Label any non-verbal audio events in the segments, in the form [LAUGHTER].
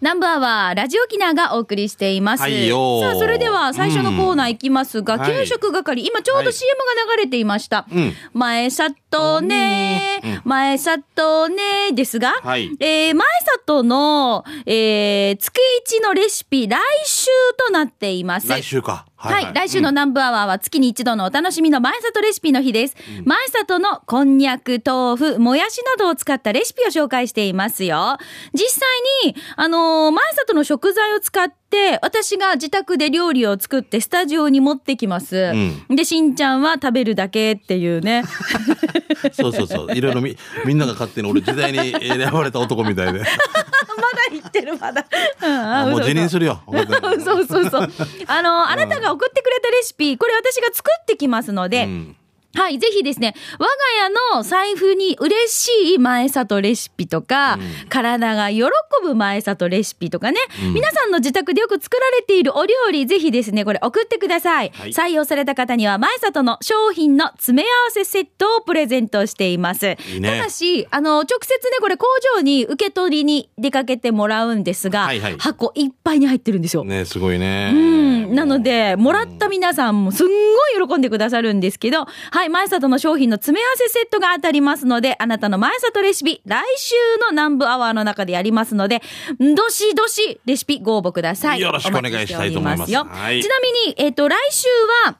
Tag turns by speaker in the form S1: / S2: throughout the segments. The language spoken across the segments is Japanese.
S1: ナンバーはラジオキナがお送りしています。
S2: はいよー
S1: さあ、それでは最初のコーナーいきますが、
S2: うん
S1: 給食係、今ちょう
S2: は
S1: ど
S2: い
S1: CM が流れていました。
S2: うん
S1: 前さっとねー、前さっとねーですが、
S2: はい
S1: えー前里の、えー月一のレシピ、来週となっています。
S2: 来週か。
S1: はい、来週のナンバーワーは月に一度のお楽しみの前里レシピの日です。前里のこんにゃく、豆腐、もやしなどを使ったレシピを紹介していますよ。実際に、あのー前里の食材を使って、私が自宅で料理を作ってスタジオに持ってきます。で、しんちゃんは食べるだけっていうね。 [LAUGHS]
S2: うんそうそうそう。いろいろみ、みんなが勝手に俺時代に選ばれた男みたいで。
S1: 言ってる、まだ。
S2: あもう辞任するよ。
S1: [LAUGHS] そうそうそう。あの、あなたが送ってくれたレシピ、これ私が作ってきますので、
S2: ん
S1: はい、ぜひですね、我が家の財布に嬉しい前里レシピとか、体が喜ぶ前里レシピとかね、皆さんの自宅でよく作られているお料理、ぜひですね、これ送ってください。
S2: はい
S1: 採用された方には前里の商品の詰め合わせセットをプレゼントしています。
S2: いね
S1: ただし、あの、直接ね、これ工場に受け取りに出かけてもらうんですが、
S2: はいはい
S1: 箱いっぱいに入ってるんですよ。
S2: ねすごいね。
S1: うん、なので、もらった皆さんもすんごい喜んでくださるんですけど、はい、前里の商品の詰め合わせセットが当たりますので、あなたの前里レシピ、来週の南部アワーの中でやりますので、んどしどしレシピご応募ください。
S2: よろしくお願いしたいと思います
S1: お待ちしており
S2: はい
S1: ちなみに、えっ、と、来週は、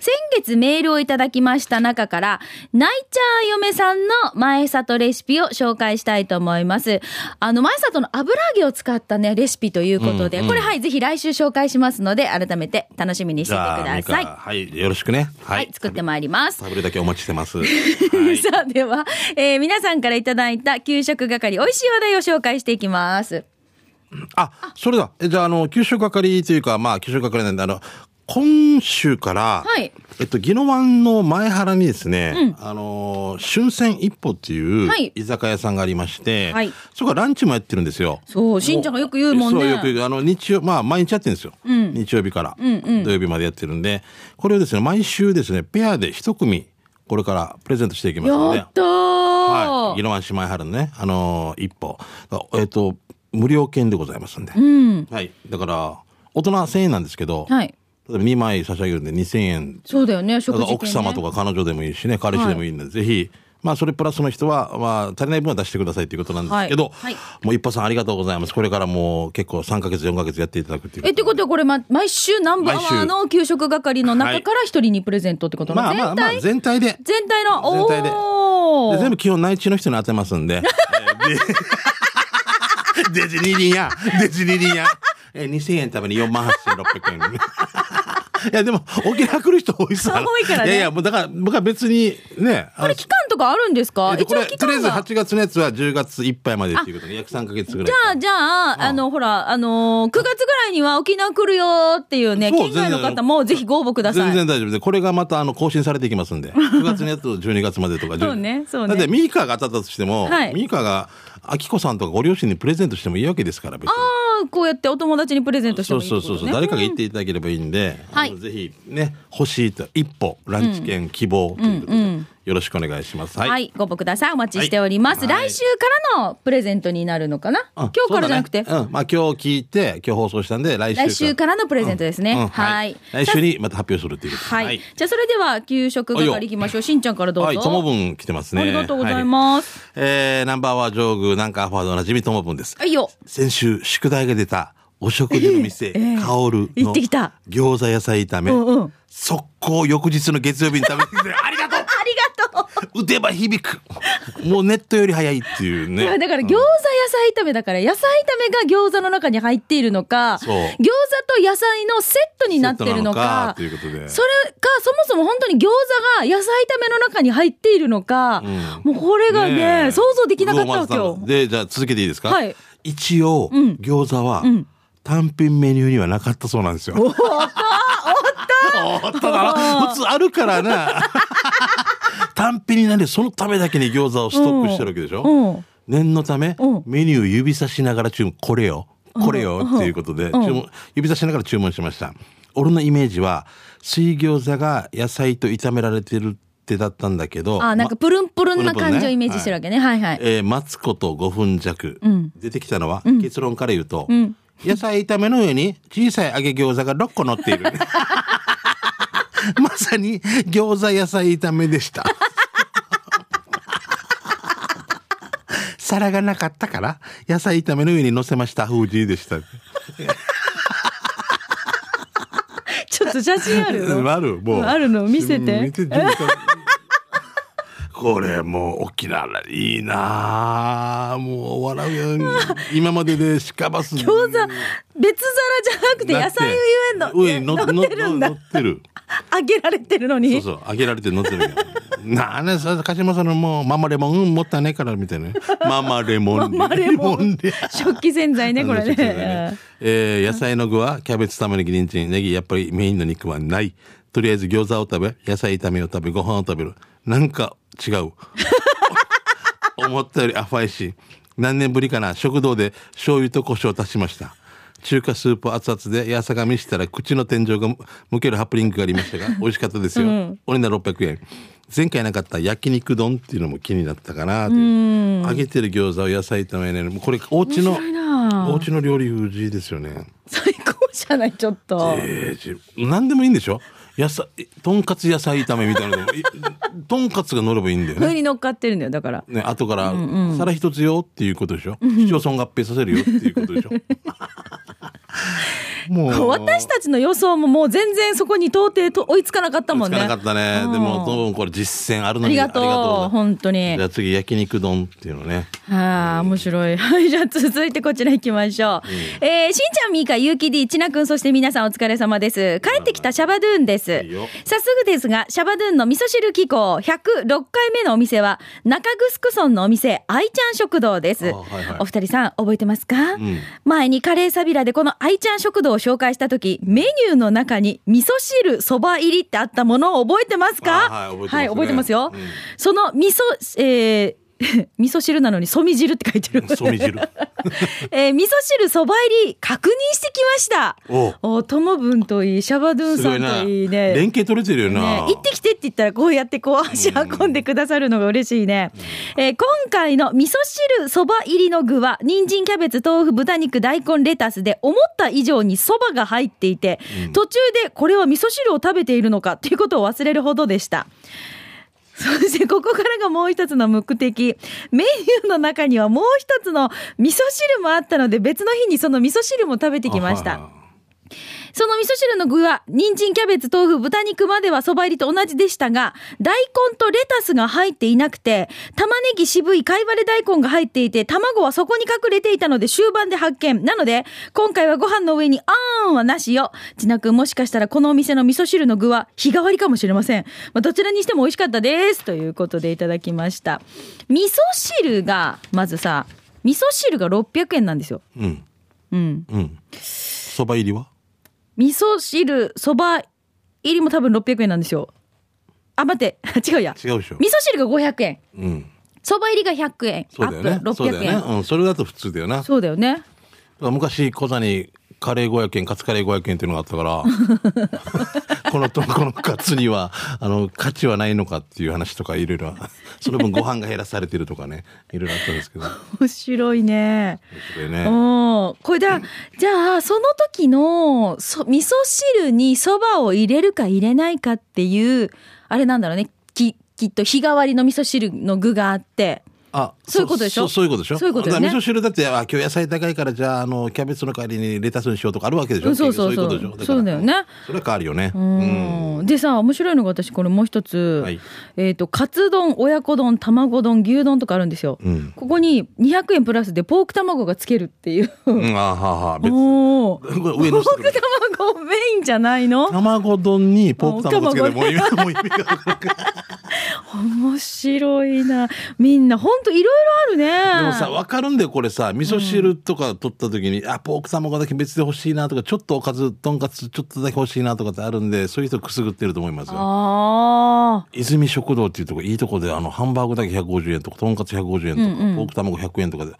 S1: 先月メールをいただきました中から、泣いちゃう嫁さんの前里レシピを紹介したいと思います。あの、前里の油揚げを使ったね、レシピということで、これはい、ぜひ来週紹介しますので、改めて楽しみにして
S2: じ
S1: いて
S2: ゃあ
S1: くだ
S2: ミ
S1: さ
S2: カ
S1: い。は、
S2: はい、よろしくね。はい
S1: 作って
S2: ま
S1: まいります。
S2: す。食べるだけお待ちし
S1: [LAUGHS]
S2: てます。はい
S1: さあ、では、えー皆さんからいただいた給食係、美味しい話題を紹介していきます。
S2: あ、それだ。えじゃあ、あの、給食係というか、まあ、給食係なんで、あの、今週から、
S1: はい
S2: えっと、宜野湾の前原にですね、あのー、春戦一歩っていう
S1: はい
S2: 居酒屋さんがありまして、
S1: はい
S2: そこはランチもやってるんですよ。
S1: そう、しんちゃんがよく言うもんね。
S2: そうよく言うあの日曜まあ毎日やってるんですよ、日曜日から、土曜日までやってるんでこれをですね毎週ですねペアで一組これからプレゼントしていきますので
S1: やったー、
S2: はい宜野湾姉妹春のねあのー一歩えっ、と無料券でございますんで、はいだから大人1000円なんですけど、
S1: はい
S2: 例えば2枚差し上げるんで2000円
S1: そうだよね、
S2: だ
S1: 食
S2: か
S1: 事
S2: ら
S1: 券ね
S2: 奥様とか彼女でもいいしね彼氏でもいいんで、ぜひまあそれプラスの人は、まあ、足りない分は出してくださいということなんですけど、
S1: はいは
S2: もう一歩さんありがとうございますこれからもう結構3か月4か月やっていただくっていう
S1: えってことはこれ、ま、毎週南部アワーの給食係の中から一人にプレゼントってことな
S2: ま
S1: の、
S2: あまあ
S1: 全
S2: ま
S1: 体、
S2: あ全体で
S1: 全体の
S2: 全体で
S1: お
S2: で
S1: ー
S2: 全部基本内地の人に当てますんでえーで [LAUGHS] デジニリンやデジニリンやえー2000円ために4万8600円いやでも沖縄来る人多いさ
S1: 多いからね
S2: いやいやもうだから僕は別にねあ
S1: これ期間とかあるんですか
S2: えっ
S1: 一
S2: と
S1: 応
S2: これ
S1: 期
S2: とりあえ
S1: 間
S2: ず
S1: が
S2: 8月のやつは10月いっぱいまでっていうことで約3か月ぐらい
S1: じゃあ、じゃあ、あの、ほら、あのー、9月ぐらいには沖縄来るよーっていうね、
S2: そう
S1: 県外の
S2: 全
S1: 方
S2: 然
S1: もぜひご応募ください。
S2: 全然大丈夫でこれがまたあの更新されていきますん
S1: [LAUGHS]
S2: で9月のやつを12月までとか10
S1: そうねそうね
S2: だってミーカーが当たったとしても、
S1: はい
S2: ミーカーがあきこさんとかご両親にプレゼントしてもいいわけですから別に
S1: あーこうやってお友達にプレゼントして
S2: そ
S1: も
S2: う
S1: いい
S2: そうそうそう、誰かが言っていただければいいんで、
S1: はい
S2: あのぜひね欲しいと一歩ランチ券希望ということで、よろしくお願いします
S1: はい、
S2: はい、
S1: ご応募ください。お待ちしております。
S2: はい
S1: 来週からのプレゼントになるのかな、
S2: うん
S1: 今日からじゃなくて、
S2: そうだねうんまあ今日聞いて今日放送したんで来週
S1: 来週からのプレゼントですね。
S2: うん
S1: はい。
S2: 来週にまた発表するっていうことで
S1: はい。じゃあ、それでは、給食
S2: はいよ
S1: 係いきましょう。しんちゃんからどうぞ。
S2: はい、ともぶん来てますね。
S1: ありがとうございます。
S2: はいえー、ナンバーワー上宮、なんかアファードおなじみともぶんです。
S1: はい、よ。
S2: 先週、宿題が出た、お食事の店、
S1: ええええ
S2: カオル
S1: 行
S2: の
S1: ってきた
S2: 餃子野菜炒め、
S1: うんうん
S2: 速攻翌日の月曜日に食べてきて、ありがと
S1: ありがとう。
S2: う打てば響くもうネットより早いってい
S1: [LAUGHS]
S2: うね。
S1: だから、餃子野菜炒めだから、野菜炒めが餃子の中に入っているのか、餃
S2: そう
S1: 子と野菜のセットになってるのか、
S2: セットなのかということで
S1: それか、そもそも本当に餃子が野菜炒めの中に入っているのか、もうこれがね、
S2: え
S1: 想像できなかったわけ
S2: 僕
S1: よ
S2: も。で、じゃあ続けていいですか
S1: はい
S2: 一応、
S1: ん
S2: 餃子は、
S1: ん
S2: 単品メニューにはなかったそうなんですよ。おったおったおっただろ普通あるからな。単品になるそのためだけに餃子をストックしてるわけでしょ、
S1: うん。
S2: 念のため、
S1: うん
S2: メニュー指さしながら注文、これよ、これよ、
S1: うん
S2: っていうことで、注
S1: うん
S2: 文、指さしながら注文しました。俺のイメージは、水餃子が野菜と炒められてる手だったんだけど、
S1: あ、なんか
S2: ま
S1: プルンプルンな
S2: プルンプルン
S1: 感
S2: ね
S1: じをイメージしてるわけね。はいはい。
S2: えー待つこと5分弱、
S1: ん
S2: 出てきたのは、結論から言うと、
S1: ん
S2: 野菜炒めの上に小さい揚げ餃子が6個乗って
S1: [LAUGHS]
S2: いるまさに餃子野菜炒めでした
S1: [LAUGHS]
S2: 皿がなかったから野菜炒めの上に乗せましたフージーでした
S1: ちょっと写真ある
S2: うん
S1: の
S2: あるもう
S1: あるの見せて
S2: うん見
S1: [LAUGHS]
S2: これもう沖縄いいなあもう笑うよ今までで屍す餃
S1: 餃子、別皿じゃなくて野菜を言えんの。
S2: 乗
S1: 乗ってるん
S2: 乗
S1: だ
S2: っ。てる
S1: あげられてるの
S2: そう
S1: に。
S2: そう揚げられて乗ってる
S1: [LAUGHS]
S2: けどなあねさ鹿島さんのもうママレモンうん持ったいないからみたいなねママレモンで
S1: ママレモン
S2: レで
S1: 食器洗剤ね、これ
S2: あのちょっとね
S1: ね。
S2: えー野菜の具はキャベツ玉ねぎ人参ネギやっぱりメインの肉はないとりあえず餃子を食べ野菜炒めを食べご飯を食べるなんか違う思ったより甘いし何年ぶりかな食堂で醤油と胡椒を足しました中華スープ熱々でやさがみしたら口の天井が向けるハプニングがありまし
S1: [LAUGHS]
S2: たが美味しかったですよ、お値段600円前回なかった焼肉丼っていうのも気になったかなという揚げてる餃子を野菜炒めねこれお家の
S1: 面白いなあ
S2: お家の料理藤井ですよね。
S1: 最高じゃない、ちょっと。
S2: えーじ、何でもいいんでしょ野菜、とんかつ野菜炒めみた
S1: [LAUGHS]
S2: いなの。いとんかつが乗ればいいんだよ
S1: 上
S2: ね。
S1: に乗っかってるんだよ、だから。
S2: ね、後から、皿一つよっていうことでしょ、市町村合併させるよっていうこ
S1: [LAUGHS]
S2: とでしょも
S1: 私たちの予想ももう全然そこに到底と追いつかなかったもんね。
S2: つかなかったね。
S1: うん
S2: でも、どうもこれ実践あるの
S1: あ
S2: に
S1: りがとう、
S2: ございます
S1: 本当に
S2: じゃ。あ次、焼肉丼っていう
S1: [LAUGHS]
S2: のね。
S1: はあ、面白い。はい、じゃあ続いてこちら行きましょう。えーしんちゃん、みーか、ゆうきり、ちなくん、そして皆さんお疲れ様です。帰ってきたシャバドゥーンです。
S2: いいよ
S1: 早速ですが、シャバドゥーンの味噌汁機構106回目のお店は、中城村のお店、愛ちゃん食堂です。
S2: あはいはい
S1: お二人さん、覚えてますか、
S2: ん
S1: 前にカレーサビラでこの愛ちゃん食堂を紹介した時、メニューの中に味噌汁、そば入りってあったものを覚えてますか
S2: あはい覚えてますね
S1: 覚えてますよ。
S2: うん
S1: その味噌、えー [LAUGHS] 味噌汁なのに、そみ汁って書いてる。
S2: そみ汁。
S1: [LAUGHS] えー味噌汁そば入り確認してきました。
S2: おう
S1: お友分といい、シャバドゥン
S2: すごい
S1: さん
S2: な。
S1: といいね。
S2: 連携取れてるよ
S1: ね
S2: な。
S1: 行ってきてって言ったらこうやってこう足運んでくださるのが嬉しいね、えー今回の味噌汁そば入りの具は人参キャベツ豆腐豚肉大根レタスで思った以上にそばが入っていて、途中でこれは味噌汁を食べているのかっていうことを忘れるほどでしたそしてここからがもう一つの目的メニューの中にはもう一つの味噌汁もあったので別の日にその味噌汁も食べてきまし
S2: あは
S1: た
S2: いはい
S1: その味噌汁の具は、人参、キャベツ、豆腐、豚肉まではそば入りと同じでしたが、大根とレタスが入っていなくて、玉ねぎ渋い貝割れ大根が入っていて、卵はそこに隠れていたので終盤で発見。なので、今回はご飯の上にあーんはなしよ。ちなくんもしかしたらこのお店の味噌汁の具は日替わりかもしれません。まあ、どちらにしても美味しかったです。ということでいただきました。味噌汁が、まずさ、味噌汁が600円なんですよ。
S2: うん。
S1: うん。
S2: うん。そば入りは
S1: 味噌汁そば入りも多分600円なんですよあ待って [LAUGHS] 違うや
S2: 違うでしょ
S1: 味噌汁が500円
S2: うん。
S1: そば入りが100円
S2: そうだよ
S1: ア
S2: ね
S1: ッ。プ
S2: そう
S1: 600
S2: だ
S1: 円
S2: よね。うん。それだと普通だよな。
S1: そうだよね
S2: 昔、小座にカレー500円、カツカレー500円っていうのがあっ
S1: [LAUGHS]
S2: たから、このと、このカツには、あの、価値はないのかっていう話とかいろいろ、その分ご飯が減らされてるとかね、いろいろあったんですけど。
S1: 面白いね
S2: それね。
S1: うんこれだじゃあその時のそ味噌汁にそばを入れるか入れないかっていうあれなんだろうねききっと日替わりの味噌汁の具があって
S2: あ、
S1: そういうことでしょ
S2: そそういうことでしょ
S1: そういうことよね
S2: だから味噌汁だって、あ、今日野菜高いから、じゃあ、あの、キャベツの代わりにレタスにしようとかあるわけでしょ、
S1: うんそうそうそう
S2: 結局いうことでしょ
S1: そうだよね。
S2: からそれは変わるよね。うん。
S1: うんでさ面白いのが私これもう一つ、
S2: はい
S1: えっ、とカツ丼親子丼卵丼牛丼とかあるんですよ、
S2: うん。
S1: ここに200円プラスでポーク卵がつけるっていう、
S2: うん、あーはーはー別
S1: おー
S2: こ [LAUGHS] れ上
S1: ポ
S2: の
S1: ー
S2: 人とか
S1: ク卵メインじゃないの
S2: 卵丼にポーク卵つけてもう意味もう意味がわからん
S1: 面白いなみんなほんといろいろあ
S2: で
S1: るね
S2: もさ、わかるんだよ、これさ、味噌汁とか取った時に、あ、ポーク卵だけ別で欲しいなとか、ちょっとおかず、とんかつちょっとだけ欲しいなとかってあるんで、そういう人くすぐってると思いますよ。
S1: あ
S2: 泉食堂っていうとこ、いいとこで、あの、ハンバーグだけ150円とか、とんかつ150円とか、ポーク卵100円とかで、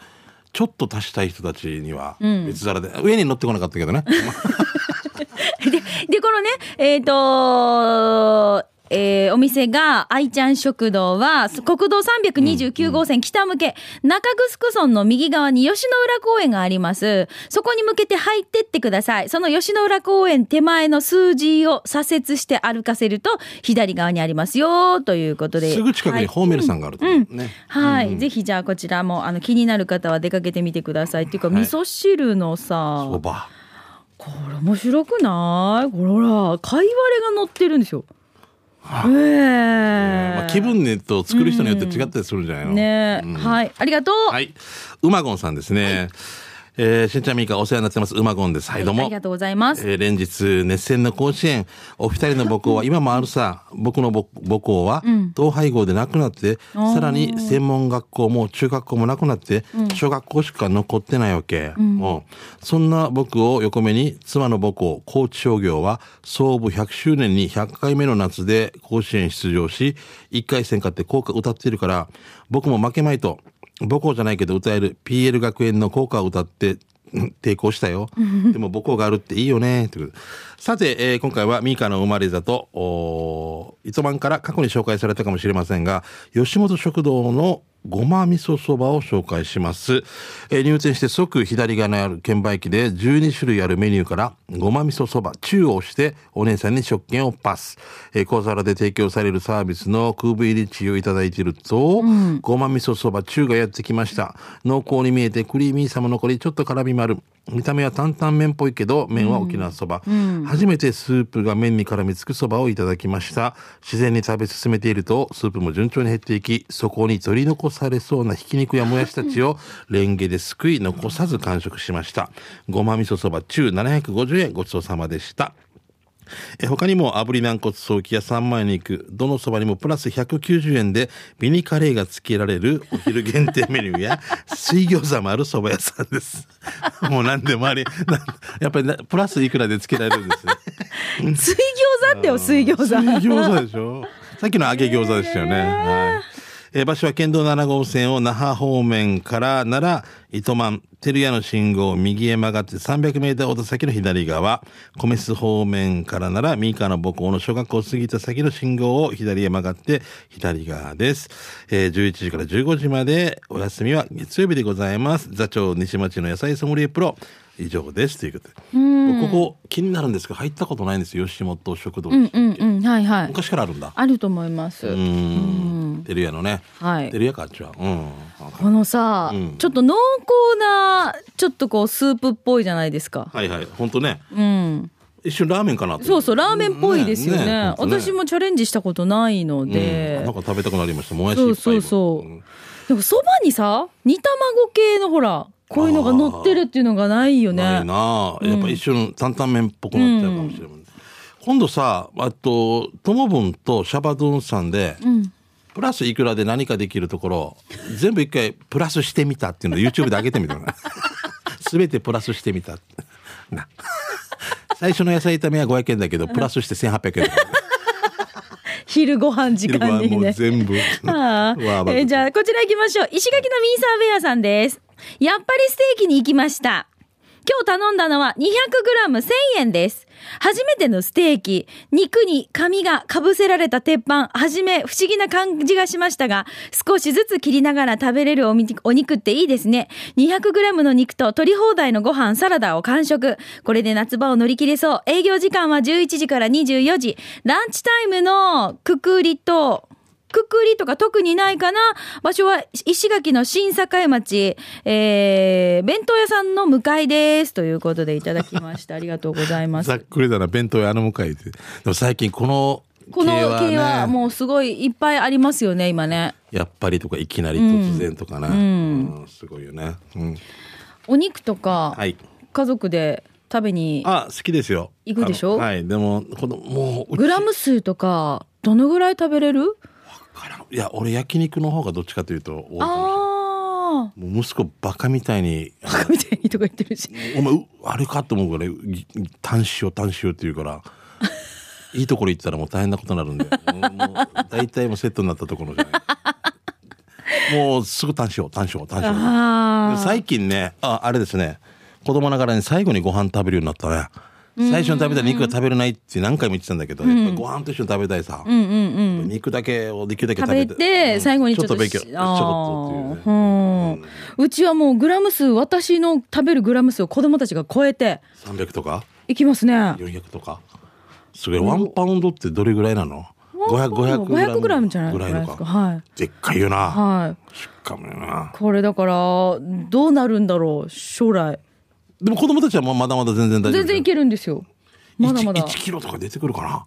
S2: ちょっと足したい人たちには、別皿で、上に乗ってこなかった [LAUGHS] けどね。
S1: あででこのねえっ、とえーお店が、愛ちゃん食堂は、国道329号線北向け、中城村の右側に吉野浦公園があります。そこに向けて入ってってください。その吉野浦公園手前の数字を左折して歩かせると、左側にありますよ、ということで。
S2: すぐ近く
S1: はい
S2: にホーメルさんがあると思うね、
S1: はい、ぜひじゃあこちらもあの気になる方は出かけてみてくださいっていうか、
S2: はい
S1: 味噌汁のさ
S2: そば
S1: これ面白くないこれほら貝割れが乗ってるんですよへえ
S2: まあ、気分ネットを作る人によって違ったりするんじゃないの、
S1: ねえ、
S2: うん
S1: はいありがとう、
S2: はい。うまごんさんですね。えー、しんちゃんみーかお世話になってます。うまごんです。はい、どう
S1: あ
S2: も。
S1: りがとうございます、
S2: えー連日熱戦の甲子園お二人の母校は今もあるさ僕の母母校は統廃合でなくなって、
S1: ー
S2: さらに専門学校も中学校もなくなって、小学校しか残ってないわけ、うんそんな僕を横目に妻の母校高知商業は創部100周年に100回目の夏で甲子園出場し1回戦勝って校歌歌ってるから僕も負けまいと母校じゃないけど歌える PL 学園の校歌を歌って [LAUGHS] うん抵抗したよ。でも母校があるっていいよね。ということでさて、えー今回はミーカの生まれ里、おー糸満から過去に紹介されたかもしれませんが、吉本食堂のごま味噌そばを紹介します。えー入店して即左側にある券売機で12種類あるメニューからごま味噌そば、中を押してお姉さんに食券をパス。えー小皿で提供されるサービスの空部入りチーをいただいていると、ごま味噌そば中がやってきました。濃厚に見えてクリーミーさも残りちょっと辛みもある。見た目は担々麺っぽいけど麺は沖縄そば、初めてスープが麺に絡みつくそばをいただきました。自然に食べ進めているとスープも順調に減っていき、そこに取り残されそうなひき肉やもやしたちをレンゲですくい残さず完食しました。ごま味噌そば中750円ごちそうさまでした。え他にも炙り軟骨早期や三枚肉どのそばにもプラス190円でミニカレーがつけられるお昼限定メニューや [LAUGHS] 水餃子もあるそば屋さんですもう何でもありなんやっぱりなプラスいくらでつけられるんですね
S1: 水餃子ってよ水餃
S2: 水
S1: 子
S2: 餃子でしょさっきの揚げ餃子でしたよね、はいえー場所は県道7号線を那覇方面からなら糸満照屋の信号を右へ曲がって300メーターほど先の左側米須方面からなら三河の母校の小学校を過ぎた先の信号を左へ曲がって左側です、えー11時から15時までお休みは月曜日でございます座長西町の野菜ソムリエプロ以上ですということでここ気になるんですけど入ったことないんですよ吉本食堂、
S1: うんうんうんはいはい
S2: 昔からあるんだ
S1: あると思います、
S2: うん照屋のね
S1: はい
S2: 照屋かあっちはうん
S1: このさ、
S2: うん
S1: ちょっと濃厚なちょっとこうスープっぽいじゃないですか
S2: はいはい、本当ね、
S1: うん
S2: 一瞬ラーメンかなと思
S1: そうそう、ラーメンっぽいですよね。
S2: ほんとね
S1: 私もチャレンジしたことないの
S2: うん
S1: で。
S2: なんか食べたくなりました。もやしいっ
S1: そ
S2: ぱ
S1: う
S2: い。
S1: そうそう。
S2: ん
S1: でも、そばにさ、煮卵系のほら、こういうのが乗ってるっていうのがないよね。
S2: ないなあ、やっぱ一瞬担々麺っぽくなっちゃうかもしれない。今度さ、あと、ともぶんとシャバドゥンさんで、
S1: うん。
S2: プラスいくらで何かできるところ、全部一回プラスしてみたっていうのを YouTube で上げてみたの。 [LAUGHS] すべてプラスしてみた。な。最初の野菜炒めは500円だけど、プラスして1800円だから。
S1: 昼ご飯 [LAUGHS] 時間に
S2: もう
S1: ね。
S2: 全部。
S1: ああ
S2: わあわあ
S1: えーじゃあ、こちら行きましょう。石垣のミーサーベアさんです。やっぱりステーキに行きました。今日頼んだのは 200g1000 円です。初めてのステーキ。肉に紙がかぶせられた鉄板。はじめ不思議な感じがしましたが、少しずつ切りながら食べれるおみお肉っていいですね。200g の肉と取り放題のご飯、サラダを完食。これで夏場を乗り切れそう。営業時間は11時から24時。ランチタイムのくくりと、くくりとか特にないかな場所は石垣の新栄町、えー、弁当屋さんの向かいです。ということでいただきました。ありがとうございます。
S2: [LAUGHS] ざっくりだな弁当屋あの向かいででも最近この
S1: この系は
S2: う
S1: もうすごいいっぱいありますよね、今ね。
S2: やっぱりとかいきなり突然とかな、うんすごいよね、うん、
S1: お肉とか
S2: は、い
S1: 家族で食べに、
S2: あ好きですよ
S1: 行くでしょ
S2: あのはいでもこのもうう
S1: グラム数とか、どのぐらい食べれる
S2: からいや俺焼肉の方がどっちかというと多いかもしれない
S1: ああ。
S2: もう息子バカみたいに
S1: バカ [LAUGHS] みたいにとか言ってるし。
S2: 「お前うあれか?」と思うからい「単しよう単しよう」って言うから
S1: [LAUGHS]
S2: いいところ行ったらもう大変なことになるんでもうもう大体もうセットになったところじゃないもうすぐ単しよう単しよう単しよう
S1: ああ。
S2: 最近ねああれですね子供ながらに最後にご飯食べるようになったね最初に食べた肉が食べれないって何回も言ってたんだけど、やっぱご飯と一緒に食べたいさ、
S1: うんうんうん。
S2: 肉だけをできるだけ
S1: 食
S2: 食べ
S1: べ
S2: て
S1: て、
S2: うん
S1: 最後に
S2: ち
S1: ち
S2: ょ
S1: ょ
S2: っ
S1: っ
S2: と
S1: と
S2: 勉強ちょ
S1: し
S2: こ
S1: あ
S2: っ
S1: ー
S2: とっていう
S1: う
S2: ね
S1: んうちはもうグラム数、私の食べるグラム数を子供たちが超えて
S2: 300とか
S1: いきますね。
S2: 400とかそれワンパウンドってどれぐらいなの500 500
S1: 500グラムじゃない
S2: ぐらい
S1: で
S2: の
S1: すか。
S2: か
S1: はい。
S2: でっかいよな
S1: はい。
S2: しかもよな
S1: これだから、どうなるんだろう、将来。
S2: でも子供たちはまあまだまだ全然大丈夫
S1: 全然いけるんですよ。まだまだ。
S2: 1キロとか出てくるかな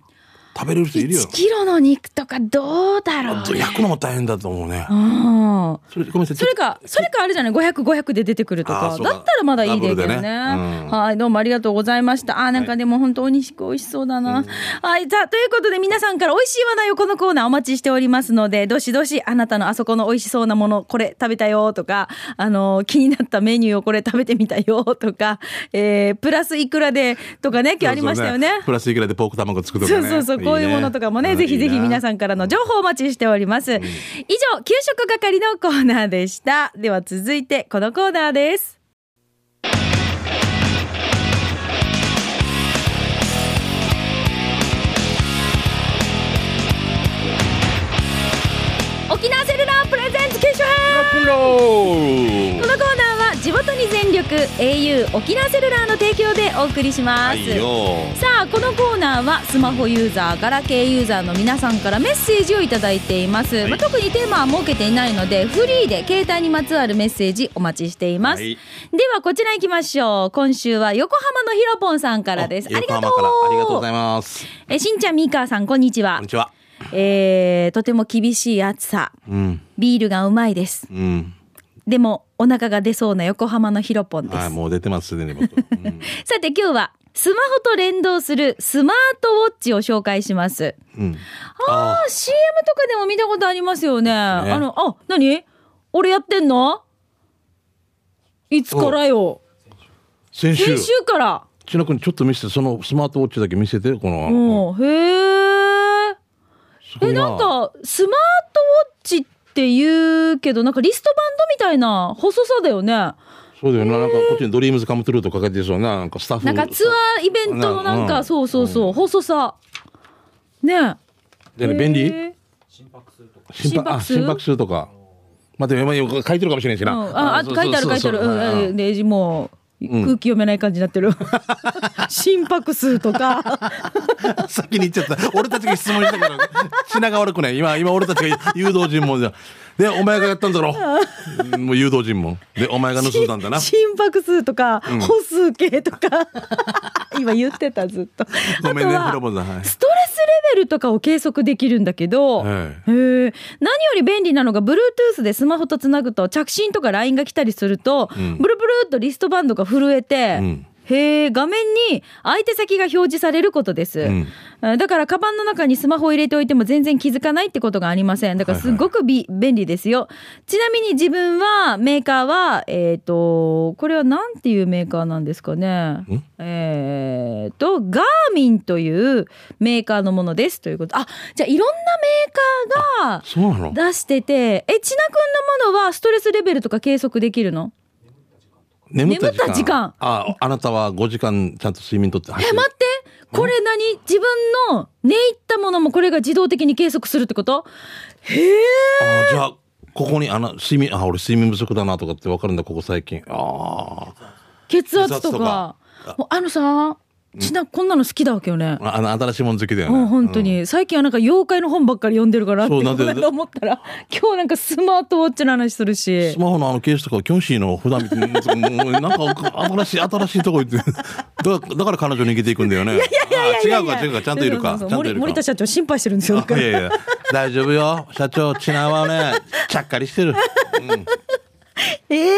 S2: 食べれる人いるよ
S1: 1キロの肉とかどうだろう
S2: あと。焼くのも大変だと思うね
S1: うん
S2: それごめんなさい
S1: それか、それかあるじゃない、500、500で出てくると
S2: あー
S1: か
S2: そ。うだ
S1: だったらまだいいですけど
S2: ダブル
S1: ね。
S2: でねうん
S1: はい、どうもありがとうございました。あー、なんかでも本当お肉美味しそうだな。はい、さあ、ということで皆さんから美味しい話題をこのコーナーお待ちしておりますので、どしどしあなたのあそこの美味しそうなもの、これ食べたよとか、あのー気になったメニューをこれ食べてみたよとか、えー、プラスいくらでとかね、今日ありましたよね。
S2: プラスいくらでポーク卵作ると
S1: そ
S2: か
S1: う
S2: ね
S1: そうそう、こういうものとかもね、ぜひぜひ皆さんからの情報をお待ちしております。以上、給食係のコーナーでした。では続いて、このコーナーです。沖縄セルラープレゼンツ給食編
S2: プロ
S1: このコーナーは地元に全力 au 沖縄セルラーの提供でお送りしま
S2: は
S1: す。
S2: いよ
S1: さあこのコーナーはスマホユーザーガラケーユーザーの皆さんからメッセージをいただいています、
S2: い
S1: まあ、特にテーマは設けていないのでフリーで携帯にまつわるメッセージお待ちしています、
S2: はい
S1: ではこちら行きましょう今週は横浜のひろぽんさんからですあり
S2: 横
S1: がと
S2: 浜からありがとうご
S1: う
S2: ざいます
S1: えしんちゃんみーかーさんこんにち
S2: こ
S1: は
S2: んにちは
S1: えー、とても厳しい暑さ
S2: うん
S1: ビールがうまいです
S2: うん
S1: でもお腹が出そうな横浜のひろぽんです、
S2: はいもう出てますすでに僕、うん
S1: さて今日はスマホと連動するスマートウォッチを紹介します
S2: うん、
S1: あ
S2: あ
S1: あ CM とかでも見たことありますよね。あのあ何俺やってんのいつからよ
S2: 先週
S1: 先週から。
S2: 千奈君ちょっと見せてそのスマートウォッチだけ見せてこの、
S1: もうへえ。
S2: すご
S1: え
S2: い
S1: なんかスマートウォッチって言うけどなんかリストバンドみたいな細さだよね。
S2: そうだよななんかこっちに「ドリームズカムトゥルー」とか書いてそうななんかスタッフ
S1: なんかツアーイベントのなん
S2: う
S1: か
S2: ん
S1: そうそうそう細さね
S2: で
S1: え。
S2: 便利
S1: へえ
S2: 心拍あ
S1: 心拍数
S2: 心拍数とかまあでも今書いてるかもしれないし
S1: う
S2: な、
S1: ん、あ、あ
S2: そう
S1: 書いてある
S2: そ
S1: 書
S2: う
S1: いて
S2: そ
S1: あ
S2: う
S1: る。
S2: そう
S1: うん
S2: うん
S1: うん、で、もう、空
S2: ん
S1: 気読めない感じにな [LAUGHS] ってる。心拍数とか。
S2: [LAUGHS] 先に言っちゃった俺たちが質問したから品が悪くない今今俺たちが誘導尋問じゃんでお前がやった
S1: [LAUGHS]
S2: んだろもう誘導尋問でお前が盗んだんだな
S1: 心拍数とか、歩数計と
S2: [LAUGHS]
S1: か。今言ってた、ずっと。
S2: ごめんね
S1: あ
S2: フ
S1: と
S2: ロボ
S1: は
S2: ンさんはい
S1: ストレスレベルとかを計測できるんだけど、
S2: え
S1: へえ何より便利なのが Bluetooth でスマホとつなぐと着信とか LINE が来たりすると、ブルブルっとリストバンドが震えて、
S2: ん
S1: へえ画面に相手先が表示されることです、
S2: ん
S1: あだからカバンの中にスマホを入れておいても全然気づかないってことがありませんだからすごくび、便利ですよちなみに自分はメーカーはえっ、とこれはなんていうメーカーなんですかねえっ、とガーミンというメーカーのものですということあじゃあいろんなメーカーが
S2: そうなの
S1: 出してて、え、ちなくんのものはストレスレベルとか計測できるの
S2: 眠った時間
S1: 眠った時間
S2: ああなたは5時間ちゃんと睡眠とって走
S1: え、
S2: る
S1: 待ってこれ何自分の寝入ったものもこれが自動的に計測するってことへえ
S2: あーじゃあここにあの睡眠あ俺睡眠不足だなとかって分かるんだここ最近あー
S1: 血圧と
S2: 血圧
S1: か
S2: とか。
S1: もうあのさ、ちな、こんなの好きだわけよね。
S2: ああの新しいもん好きだよ
S1: もう
S2: ね
S1: 本当に、最近はなんか妖怪の本ばっかり読んでるからって
S2: そうなんで
S1: ことだと思ったら、今日なんかスマートウォッチの話するし
S2: ス。マホのあのケースとかキョンシーの普段見てるんですけどもうなんか新しい新しいとこ行ってだからだから彼女逃げていくんだよねあー違うか違うかちゃんといるかち
S1: そ
S2: ゃ
S1: うんそうそう
S2: とい
S1: 森
S2: る
S1: 森
S2: か
S1: 田社長心配してるんですよ。
S2: あいやいや大丈夫よ社長ちなはねちゃっかりしてる
S1: ええ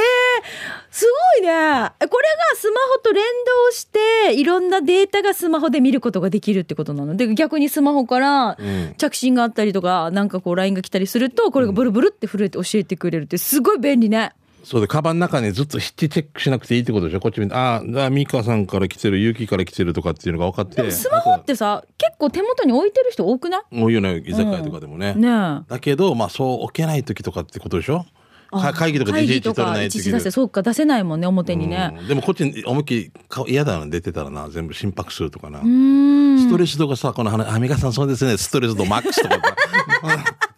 S1: すごいね。えこれがスマホと連動して、いろんなデータがスマホで見ることができるってことなので、逆にスマホから着信があったりとか、なんかこう LINE が来たりすると、これがブルブルって震えて教えてくれるって、すごい便利ね。
S2: そうでカバンの中にずっとヒッチチェックしなくていいってことでしょこっち見てああじゃあミカさんから来てるユキから来てるとかっていうのが分かって
S1: スマホってさ、結構手元に置いてる人多くない
S2: もういうような居酒屋とかでもね、
S1: ねえ。
S2: だけどまあそう置けない時とかってことでしょか会議とかでいちいち取らないとい
S1: 一
S2: け
S1: 時
S2: な
S1: 出
S2: い
S1: せ、そうか、出せないもんね、表にね。
S2: うんでもこっちに思いっきり顔嫌だな出てたらな全部心拍数とかな、
S1: うーん。
S2: ストレス度がさこの話アミカさんそうですねストレス度マックスとか [LAUGHS] うん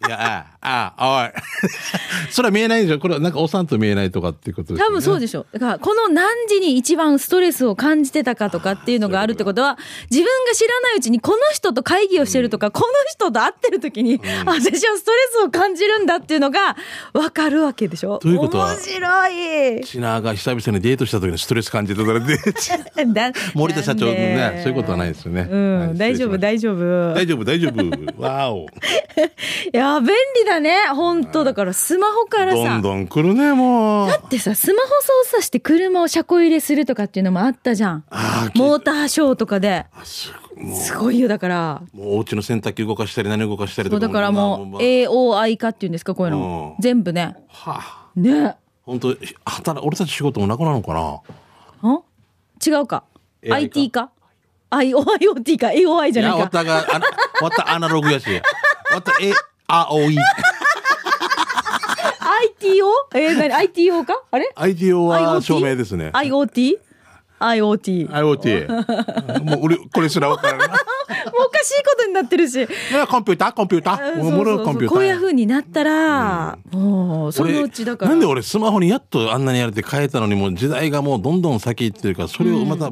S2: いやあああおい [LAUGHS] それは見えないんでしょこれはなんかおさんと見えないとかっていうことですよ
S1: 多
S2: ね
S1: 分そうでしょ。だから、この何時に一番ストレスを感じてたかとかっていうのがあるってことは、自分が知らないうちにこの人と会議をしてるとか、この人と会ってる時に、あ私はストレスを感じるんだっていうのがわかるわけでしょ。
S2: ということは
S1: 面白い。
S2: シナが久々にデートした時のストレス感じてた
S1: [LAUGHS]
S2: らで
S1: だ
S2: 森田社長の
S1: なん
S2: ね
S1: で
S2: そういうことはないですよね、
S1: うん、
S2: はい
S1: 大丈夫、大丈夫。
S2: 大丈夫大丈夫
S1: [LAUGHS]
S2: わお
S1: いやー、便利だね。本当だから、スマホから
S2: ど
S1: さ
S2: ん。どん来るねもう
S1: だってさ、スマホ操作して車を車庫入れするとかっていうのもあったじゃん。
S2: あ
S1: モーターショーとかで。
S2: あすごいも
S1: すごいよ、だから。
S2: うもうお家の洗濯機動かしたり何動かした
S1: そ
S2: りと
S1: う
S2: か
S1: だからもう、
S2: まあまあ
S1: AOI 化っていうんですか、こういうの。
S2: うん
S1: 全部ね。
S2: はあ
S1: ね。
S2: 本当働俺たち仕事もなくなるのかなん
S1: 違うか。
S2: AI 化
S1: IT 化 ?IOIOT か ?AOI じゃ
S2: い
S1: な
S2: や
S1: い
S2: わ
S1: か。
S2: たが
S1: [LAUGHS]
S2: あなわたアナログやしわたえあおい
S1: ITO? えー、何 ?ITO かあれ
S2: ITO は
S1: IoT
S2: 証明ですね
S1: ?IoT?IoT。IoT
S2: IoT もう俺これすらわ [LAUGHS] からない
S1: もうおかしいことになってるし。
S2: ねコンピューターコンピュータ
S1: あ
S2: ー
S1: そ
S2: も
S1: う
S2: う
S1: そ
S2: も
S1: う
S2: ろ
S1: そ
S2: コン
S1: う
S2: ピュータ
S1: こういう
S2: ー
S1: 風になったら、もうそのうちだから
S2: 俺なんで俺スマホにやっとあんなにやれて変えたのにもう時代がもうどんどん先行ってるからそれをまた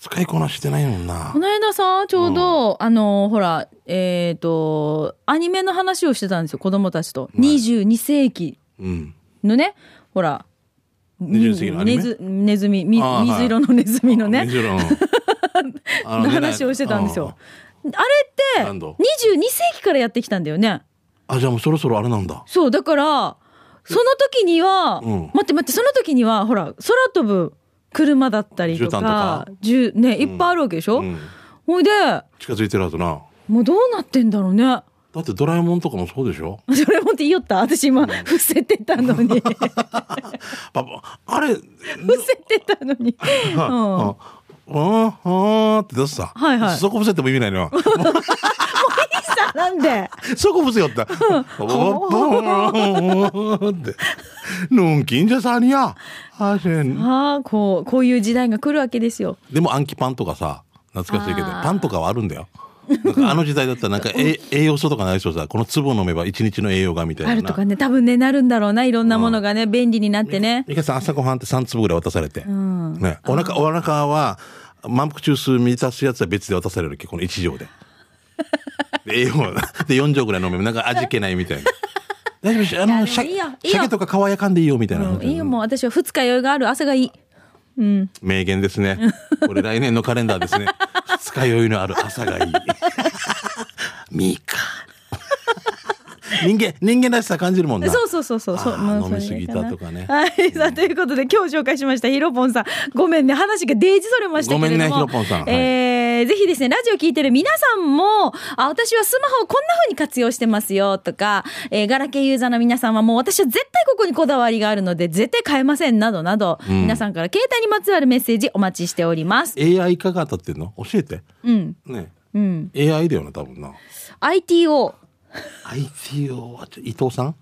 S2: 使いこなしてないもんな、
S1: この間さちょうど、あのほらえっ、とアニメの話をしてたんですよ子供たちと、22世紀
S2: うん、
S1: のねほら
S2: 22世紀のアニメ
S1: ネズネズミみ
S2: あーはい
S1: 水色のネズミのね、
S2: も
S1: [LAUGHS]
S2: ちろんあ
S1: の話をしてたんですよあれって
S2: 何
S1: 22
S2: 度
S1: 世紀からやってきたんだよね
S2: あじゃあもうそろそろあれなんだ
S1: そうだからその時には、
S2: うん
S1: 待って待ってその時にはほら空飛ぶ車だったりと
S2: 絨毯
S1: か
S2: とか
S1: 銃ねいっぱいあるわけでしょ、
S2: うん
S1: ほいで
S2: 近づいてるはずな
S1: もうどうなってんだろうね
S2: だってドラえもんとかもそうでしょ
S1: [LAUGHS] それもって言いよった私今伏せてたの [LAUGHS] に伏
S2: パパあれ
S1: せてたのに、うん
S2: あああって出すさ、
S1: はいはい
S2: そこ伏せても意味ない [LAUGHS] な
S1: さあなんで
S2: そこ伏 [LAUGHS] せよったボボボーンってのんきんじゃさにやあせん
S1: ああこうこういう時代が来るわけですよ
S2: でも暗記パンとかさ懐かしいけど
S1: あー
S2: パンとかはあるんだよなんかあの時代だったらなんか [LAUGHS] え栄養素とかないでしょさこの粒を飲めば一日の栄養がみたいな
S1: あるとかね多分ねなるんだろうないろんなものがね便利になってね
S2: 美香さん朝ごはんって3粒ぐらい渡されて、
S1: ん
S2: ね、お腹お腹は満腹中枢満たすやつは別で渡されるっけこの1錠で
S1: [LAUGHS]
S2: で栄養はで4錠ぐらい飲めばなんか味気ないみた
S1: [LAUGHS]
S2: いな大丈夫ですあ
S1: いやで
S2: の
S1: もいいよいい
S2: 鮭
S1: よ
S2: 鮭とか皮やかんでいいよみたいな、
S1: うんいいよもう私は二日酔いがある朝がいい
S2: 名言で
S1: [LAUGHS]
S2: すねこれ来年のカレンダーですね二日酔いのある朝
S1: [LAUGHS]
S2: がいいミカ人間人間らしさ感じるもんな
S1: そうそうそうそうそう
S2: あー
S1: もう
S2: 飲み
S1: それで
S2: 過ぎたとかね
S1: はいさあということで今日紹介しましたヒロポンさんごめんね話がデージそれましたけれども
S2: ごめんねヒロポンさんはい
S1: えーぜひですねラジオ聞いてる皆さんもあ私はスマホをこんな風に活用してますよとか、えーガラケーユーザーの皆さんはもう私は絶対ここにこだわりがあるので絶対変えませんなどなど、皆さんから携帯にまつわるメッセージお待ちしております。
S2: AI いかが当たってんの教えて
S1: うん
S2: ね
S1: うん
S2: AI だよな多分な
S1: ITO
S2: ITO はちょ伊藤さん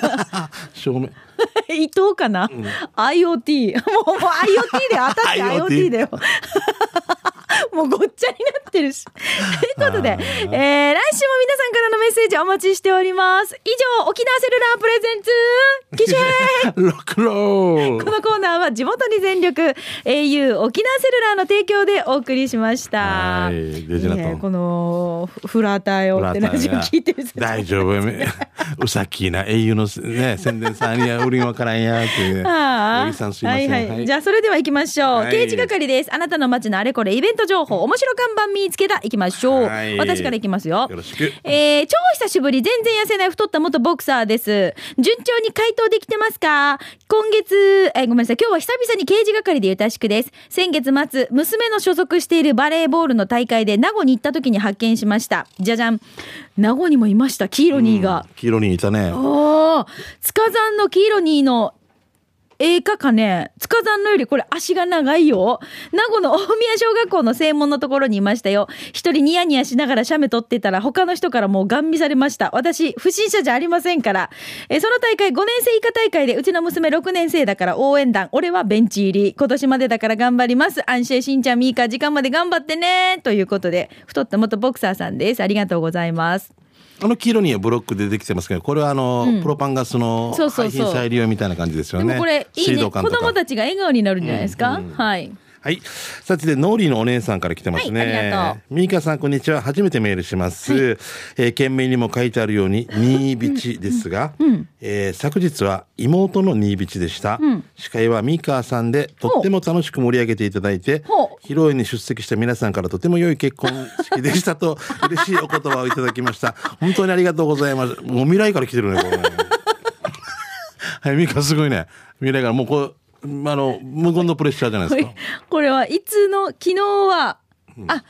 S2: [LAUGHS] 証明
S1: [LAUGHS] 伊藤かな、IoT もうもう IoT で当たって IoT
S2: IoT
S1: だよ [LAUGHS] もうごっちゃになって
S2: [LAUGHS]
S1: るしということで、えー、来週も皆さんからのメッセージお待ちしております以上沖縄セルラープレゼンツ機種編
S2: [LAUGHS] ロックロー
S1: このコーナーは地元に全力 au 沖縄セルラーの提供でお送りしました
S2: はいデジナトン
S1: ねえこのフラーターよってラジオ聞いてる人
S2: 大丈夫めうさきな英雄のね宣伝さんには売りわからんやっていうね
S1: あ
S2: 八木さんすいません
S1: はいはい。じゃあそれでは行きましょう。
S2: はい
S1: 刑事係です。あなたの街のあれこれイベント情報、面白看板見つけた。行きましょう。
S2: はい
S1: 私から行きますよ。
S2: よろしく
S1: えー、超久しぶり、全然痩せない太った元ボクサーです。順調に回答できてますか今月、えーごめんなさい、今日は久々に刑事係でゆたしくです。先月末、娘の所属しているバレーボールの大会で名護に行った時に発見しました。じゃじゃん。名護にもいました、キーロニーが。
S2: 黄色にいたね
S1: おお、塚山の黄色にのええかかね、つかざんのよりこれ足が長いよ。名護の大宮小学校の正門のところにいましたよ。一人ニヤニヤしながら写メ撮ってたら他の人からもうガン見されました。私、不審者じゃありませんから。えーその大会5年生以下大会でうちの娘6年生だから応援団、俺はベンチ入り。今年までだから頑張ります。安心しんちゃん、みーか、時間まで頑張ってね。ということで、太った元ボクサーさんです。ありがとうございます。
S2: あの黄色にはブロックでできてますけどこれはあの、プロパンガスの
S1: そうそう
S2: 廃
S1: そう
S2: 品再利用みたいな感じですよ
S1: で
S2: ね
S1: もこれ、いい
S2: 水
S1: ね。
S2: 道
S1: 子
S2: 管とか
S1: 供たちが笑顔になるんじゃないですか。はい。
S2: はい。さてで、ノーリーのお姉さんから来てますね。
S1: はいありがと
S2: ミーカさん、こんにちは。初めてメールします。えー、件名にも書いてあるように、ニービチですが、えー昨日は妹のニービチでした。司会はミーカさんで、とっても楽しく盛り上げていただいて
S1: ほ、
S2: 披露宴に出席した皆さんからとても良い結婚式でし
S1: [LAUGHS]
S2: たと、嬉しいお言葉をいただきました。本当にありがとうございます。もう未来から来てる
S1: [LAUGHS]
S2: ね、これ。はい、ミーカすごいね。未来から、もうこう、あの、無言のプレッシャーじゃないですか
S1: こ。れこれはいつの昨日は、あ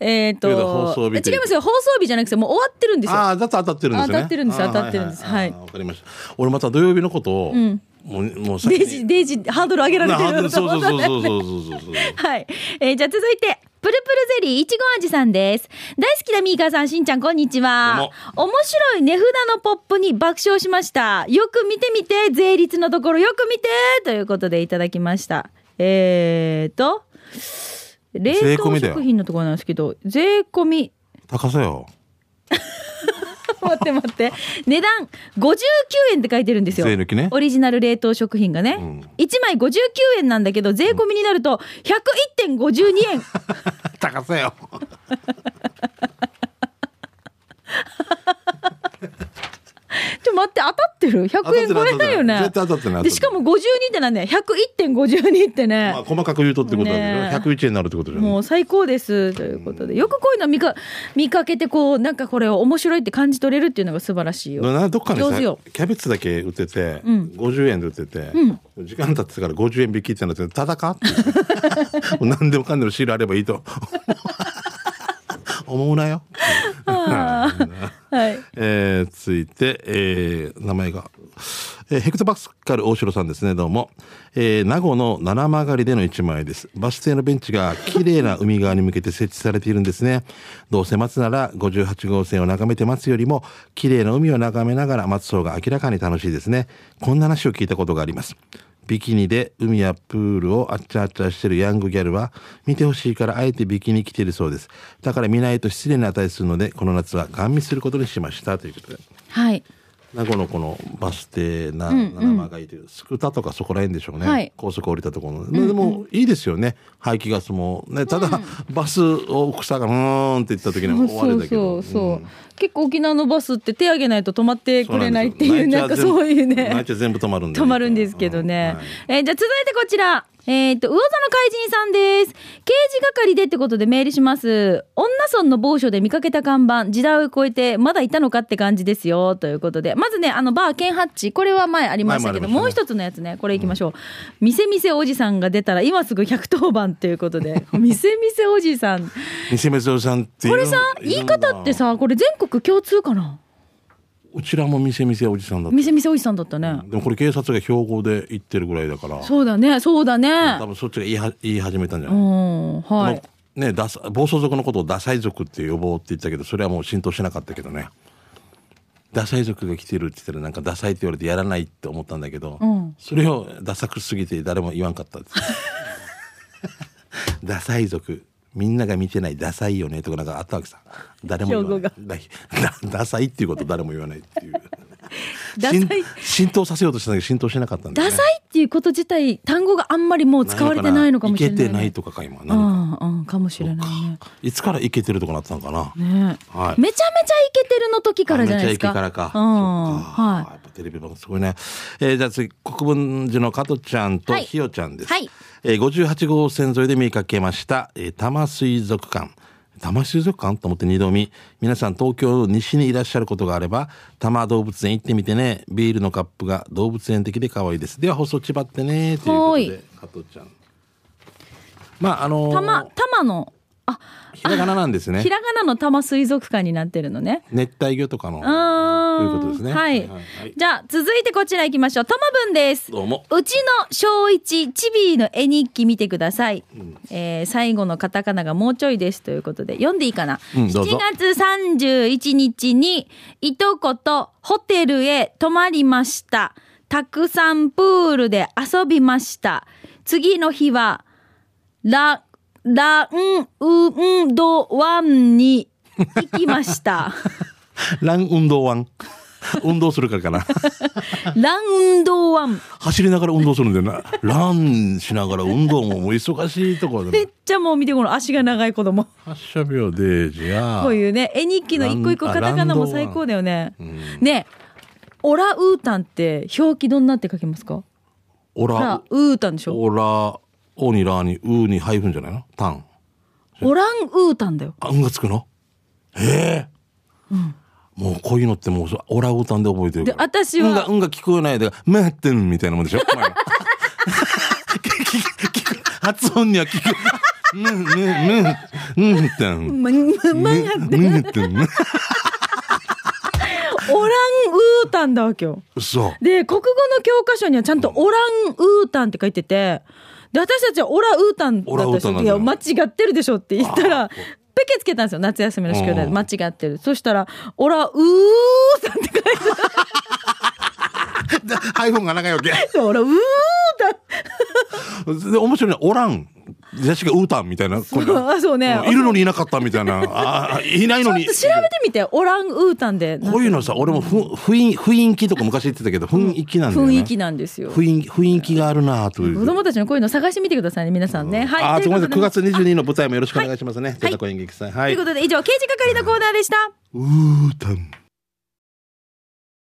S1: えっ、と
S2: いや放送日
S1: 違いますよ放送日じゃなくてもう終わってるんですよ
S2: ああ、だと当たってるんですよね。
S1: あ当たってるんですよ
S2: あ
S1: 当
S2: ー
S1: たってるんですはい
S2: あーわかりました。俺また土曜日のことを、もう、もう
S1: [LAUGHS]
S2: 先
S1: デ
S2: に
S1: イジデイジハードル上げられて
S2: な
S1: る
S2: そうそうそうそう
S1: う
S2: そうそうそうそう。
S1: はい、えーじゃあ続いてプルプルゼリーいちご味さんです大好きなミーカーさんしんちゃんこんにちは面白い値札のポップに爆笑しましたよく見てみて税率のところよく見てということでいただきましたえーと冷
S2: 税込
S1: 凍
S2: みだよ
S1: 食品のところなんですけど税込み
S2: [LAUGHS]
S1: [LAUGHS]
S2: 高さよ。
S1: 待って待って値段59円って書いてるんですよ
S2: 税抜きね
S1: オリジナル冷凍食品がね、1枚59円なんだけど税込みになると101.52円
S2: 高さよ。
S1: ちょ待って当たってる100円超えだよね
S2: 当たってる当たってる絶対当たってない
S1: でしかも52ってなんだよ101.52ってね、
S2: まあ細かく言うとってことな
S1: ね
S2: ん
S1: え
S2: だけど、101円になるってことじゃ
S1: も
S2: ん。
S1: う最高ですということでよくこういうの見か見かけてこうなんかこれを面白いって感じ取れるっていうのが素晴らしいよ
S2: などっかに
S1: 上
S2: さ
S1: 手よ
S2: キャベツだけ売ってて、50円で売ってて、時間経ってから50円引きってなってただ
S1: [LAUGHS]
S2: かって何でもかんでもシールあればいいと思うなよ。
S1: はい
S2: えー続いて、えー名前が、えーヘクトパスカル大城さんですね、どうも。えー名護の七曲りでの一枚です。バス停のベンチが綺麗な海側に向けて設置されているんですね。どうせ待つなら58号線を眺めて待つよりも、綺麗な海を眺めながら待つ方が明らかに楽しいですね。こんな話を聞いたことがあります。ビキニで海やプールをあっちゃあっちゃしてるヤングギャルは見てほしいからあえてビキニ着てるそうです。だから見ないと失礼な値するので、この夏はガン見することにしましたということで。
S1: はい
S2: 名護のこのバス停な、七曲がいという、スクタとかそこら辺でしょうね。
S1: はい
S2: 高速降りたところの。まあでも、いいですよね。排気ガスも。ね、ただ、バスを草がうーんって言った時には終わ
S1: そ
S2: り
S1: う
S2: だけど。
S1: そうそう、結構沖縄のバスって手挙げないと止まって
S2: そ
S1: く
S2: うな
S1: れ
S2: んですよ
S1: ないっていうなんかそういうね
S2: 泣いちゃ全部止まるんで。
S1: 止まるんですけどね。
S2: うんはい
S1: えーじゃあ続いてこちら。えーっと、魚座の怪人さんです。刑事係でってことでメールします。女村の某所で見かけた看板、時代を超えてまだいたのかって感じですよ。ということで。まずね、あの、バーケンハッチ。これは前ありましたけど、
S2: 前も
S1: も
S2: あ
S1: う
S2: りました
S1: 一つのやつね、これいきましょう。店店おじさんが出たら今すぐ110番ということ
S2: [LAUGHS]
S1: で。店店おじさん。
S2: 西目蔵さんっていう
S1: これさ、言い方ってさ、これ全国共通かな
S2: うちらも店店おじさんだった
S1: 店店おじさんだったね。
S2: でもこれ警察が標語で言ってるぐらいだから
S1: そうだね、そうだ
S2: 多
S1: ね。
S2: 分そっちが言いは言い始めたんじゃ
S1: う
S2: ない、
S1: ん、はい。
S2: このねダサ暴走族のことをダサい族って呼ぼうって言ったけどそれはもう浸透しなかったけどねダサい族が来てるって言ったらなんかダサいって言われてやらないって思ったんだけど、
S1: ん
S2: それをダサくすぎて誰も言わんかったって [LAUGHS] ダサい族みんなが見てないダサいよねとかなんかあったわけさ誰も言わないだ [LAUGHS] ダサいっていうこと誰も言わないっていう
S1: [LAUGHS] ダサい
S2: 浸浸透させようとしたんだけど浸透しなかったんだよ
S1: ダ
S2: ね
S1: サいっていうこと自体単語があんまりもう使われてないのかもしれない、ね、
S2: いけてないとかか今
S1: う
S2: 何か
S1: んうんかもしれないね
S2: いつからいけてるとかなってたのかな、
S1: ね
S2: はい
S1: めちゃめちゃイケてるの時からじゃないですか
S2: あめちゃイケからか。
S1: うん
S2: そっか
S1: はい
S2: やっぱテレビ番組すごいね。えーじゃあ次、国分寺の加トちゃんと
S1: はい
S2: ひよちゃんです。
S1: はい
S2: えー58号線沿いで見かけました、えー多摩水族館。多摩水族館と思って二度見。皆さん東京西にいらっしゃることがあれば、多摩動物園行ってみてね。ビールのカップが動物園的で可愛いです。では放送ちばってね。ということ
S1: は
S2: で、加トちゃん。まあ、あのー
S1: たまたまのあ
S2: ひらがななんですね
S1: ひ。らがなの多摩水族館になってるのね
S2: 熱帯魚とかの。
S1: うーん
S2: ということですね
S1: はい。
S2: はいはいはい
S1: じゃあ、続いてこちら行きましょう。ともぶんです。
S2: どうも
S1: うちの小一チビーの絵日記見てください、えー最後のカタカナがもうちょいですということで読んでいいかな、
S2: うんど
S1: 7
S2: うぞ
S1: 月31日にいとことホテルへ泊まりましたたくさんプールで遊びました次の日はラランウンドワンに行きました
S2: [LAUGHS] ラン運動ワン運動するからかな
S1: ランウンドワン
S2: 走りながら運動するんだよなランしながら運動ももう忙しいところ
S1: め
S2: で
S1: っちゃもう見てこの足が長い子供
S2: 発射秒でじゃあ
S1: こういうね絵日記の一個一個
S2: ラン
S1: カタカナも
S2: ランドは
S1: 最高だよね。
S2: ん
S1: ねえオラウータンって表記どんなって書きますか
S2: オ
S1: オラ
S2: ラ
S1: ウータンでしょ
S2: オラオにラーにウーにハイフンじゃないのタン
S1: オランウータンだよ。
S2: あんがつくのええもうこういうのってもうそうオラウータンで覚えてるから
S1: で私は
S2: うんがうんが聞こえないで「メってん」みたいなもんで
S1: [LAUGHS]
S2: しょお前の [LAUGHS] 聞く聞く発音には聞く「ムンムンムンムンってん」
S1: ままま
S2: ムンムンってん
S1: オランウータンだわけよ。
S2: 嘘
S1: で国語の教科書にはちゃんとオランウータンって書いててで私たちはオラウータンだ
S2: オラ
S1: っ
S2: ウ
S1: た
S2: ー
S1: りす
S2: タン
S1: る
S2: なんだ
S1: いや間違ってるでしょって言ったらペケつけたんですよ夏休みの宿題で
S2: うん
S1: 間違ってるそしたらオラウータンって書いて [LAUGHS]
S2: でハイフンが長いわけ
S1: あるオラウータン
S2: で面白いねオランジェシカウータンみたいなこれ
S1: あそうね
S2: いるのにいなかったみたい
S1: [LAUGHS]
S2: なあーいないのに
S1: ちょっと調べてみてオランウータンで
S2: こういうのさ、俺もふ雰囲雰囲気とか昔言ってたけど、雰囲気なんだよね。
S1: 雰囲気なんですよ
S2: 雰囲気、雰囲気があるなという。
S1: 子供たちのこういうの探してみてくださいね皆さんね、はい
S2: あー、
S1: と
S2: す
S1: い
S2: みま
S1: う
S2: せ
S1: こ
S2: ん。
S1: と
S2: 9
S1: で
S2: 月22の舞台もよろしくお願いしますね。はい、演劇祭。は
S1: とい
S2: い。
S1: う
S2: う
S1: ことで以上刑事係のコーナーでした、
S2: ーたん。